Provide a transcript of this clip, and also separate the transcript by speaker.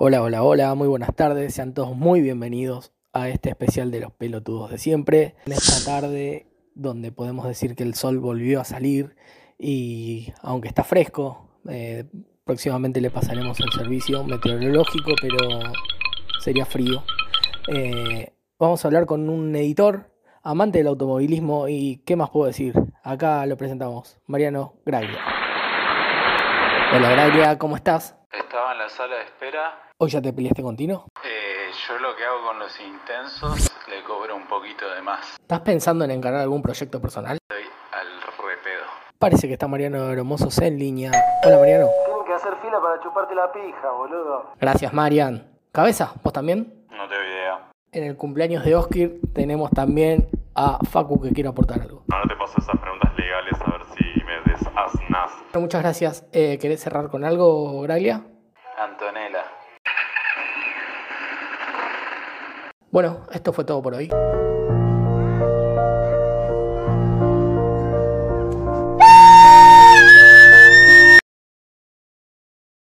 Speaker 1: Hola, hola, hola, muy buenas tardes, sean todos muy bienvenidos a este especial de los pelotudos de siempre. En esta tarde donde podemos decir que el sol volvió a salir y aunque está fresco, eh, próximamente le pasaremos el servicio meteorológico, pero sería frío. Eh, vamos a hablar con un editor, amante del automovilismo y qué más puedo decir. Acá lo presentamos, Mariano Graglia. Hola Graglia, ¿cómo estás?
Speaker 2: Estaba en la sala de espera.
Speaker 1: ¿Hoy ya te peleaste con Tino?
Speaker 2: Eh, yo lo que hago con los intensos, le cobro un poquito de más.
Speaker 1: ¿Estás pensando en encarar algún proyecto personal?
Speaker 2: Estoy al repedo.
Speaker 1: Parece que está Mariano Hermoso en línea. Hola Mariano.
Speaker 3: Tengo que hacer fila para chuparte la pija, boludo.
Speaker 1: Gracias Marian. Cabeza, ¿vos también?
Speaker 2: No tengo idea.
Speaker 1: En el cumpleaños de Oscar tenemos también a Facu que quiere aportar algo.
Speaker 4: Ahora te paso esas preguntas legales a ver si me desasnas.
Speaker 1: Bueno, muchas gracias. Eh, ¿Querés cerrar con algo, Graglia?
Speaker 2: Antonella.
Speaker 1: Bueno, esto fue todo por hoy.